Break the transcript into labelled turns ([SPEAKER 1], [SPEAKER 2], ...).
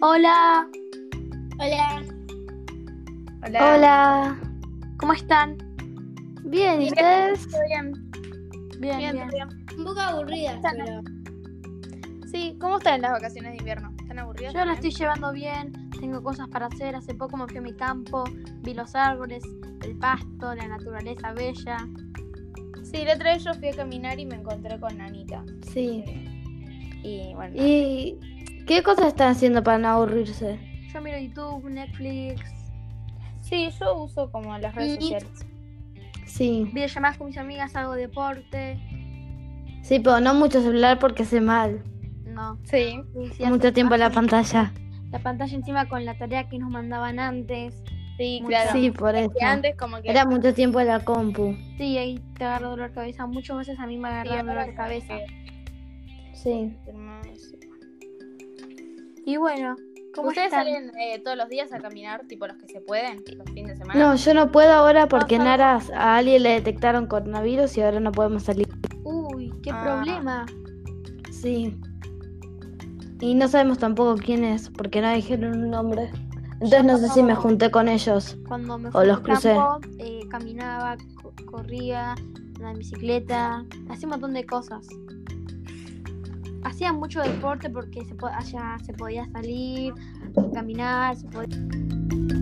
[SPEAKER 1] Hola.
[SPEAKER 2] Hola.
[SPEAKER 1] Hola. Hola. ¿Cómo están?
[SPEAKER 3] Bien, ¿y ustedes?
[SPEAKER 2] bien.
[SPEAKER 1] Bien,
[SPEAKER 2] Bien,
[SPEAKER 1] bien.
[SPEAKER 2] Un poco aburrida,
[SPEAKER 1] Están-
[SPEAKER 2] pero
[SPEAKER 4] Sí, ¿cómo están las vacaciones de invierno? ¿Están aburridas?
[SPEAKER 1] Yo lo
[SPEAKER 4] también?
[SPEAKER 1] estoy llevando bien, tengo cosas para hacer. Hace poco me fui a mi campo, vi los árboles, el pasto, la naturaleza bella.
[SPEAKER 4] Sí, la otra vez yo fui a caminar y me encontré con Anita.
[SPEAKER 3] Sí.
[SPEAKER 4] Y bueno,
[SPEAKER 3] ¿Y qué cosas están haciendo para no aburrirse?
[SPEAKER 1] Yo miro YouTube, Netflix,
[SPEAKER 4] sí, yo uso como las redes
[SPEAKER 2] Y-
[SPEAKER 4] sociales.
[SPEAKER 3] Sí.
[SPEAKER 1] videollamadas con mis amigas, hago deporte.
[SPEAKER 3] Sí, pero no mucho celular porque hace mal.
[SPEAKER 1] No.
[SPEAKER 4] Sí.
[SPEAKER 1] sí, sí, hace-
[SPEAKER 3] Mucho tiempo en la
[SPEAKER 1] hace-
[SPEAKER 3] pantalla.
[SPEAKER 1] La pantalla encima con la tarea que nos mandaban antes.
[SPEAKER 4] Sí,
[SPEAKER 1] Mucho.
[SPEAKER 4] claro.
[SPEAKER 3] Sí, por eso.
[SPEAKER 4] Que antes como que...
[SPEAKER 3] Era mucho tiempo en la compu.
[SPEAKER 1] Sí, ahí te agarra dolor de cabeza. Muchas veces a mí me
[SPEAKER 4] Sí,
[SPEAKER 1] agarra dolor
[SPEAKER 4] ahora
[SPEAKER 1] de
[SPEAKER 4] como
[SPEAKER 1] cabeza.
[SPEAKER 4] que-
[SPEAKER 3] Sí.
[SPEAKER 1] Y bueno, ¿cómo
[SPEAKER 4] ¿Ustedes
[SPEAKER 1] están?
[SPEAKER 4] salen eh, todos los días a caminar, tipo los que se pueden, los fines de semana?
[SPEAKER 3] No, yo no puedo ahora porque en
[SPEAKER 1] Ajá.
[SPEAKER 3] Aras a alguien le detectaron coronavirus y ahora no podemos salir.
[SPEAKER 1] Uy, qué
[SPEAKER 4] Ah.
[SPEAKER 1] problema.
[SPEAKER 3] Sí. Y no sabemos tampoco quién es porque no dijeron un nombre. Entonces no sé si me junté con ellos.
[SPEAKER 1] Cuando me
[SPEAKER 3] O
[SPEAKER 1] fui
[SPEAKER 3] los
[SPEAKER 1] al
[SPEAKER 3] crucé.
[SPEAKER 1] campo, eh, caminaba, co- corría, andaba en bicicleta, hacía un montón de cosas. Hacía mucho deporte porque se po- allá se podía salir, caminar, se podía...